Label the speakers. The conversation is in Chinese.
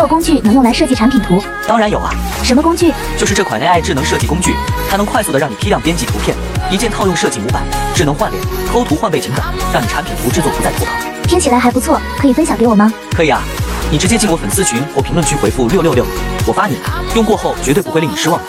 Speaker 1: 有工具能用来设计产品图？
Speaker 2: 当然有啊，
Speaker 1: 什么工具？
Speaker 2: 就是这款 AI 智能设计工具，它能快速的让你批量编辑图片，一键套用设计模板，智能换脸、抠图换背景等，让你产品图制作不再头疼。
Speaker 1: 听起来还不错，可以分享给我吗？
Speaker 2: 可以啊，你直接进我粉丝群或评论区回复六六六，我发你，用过后绝对不会令你失望的。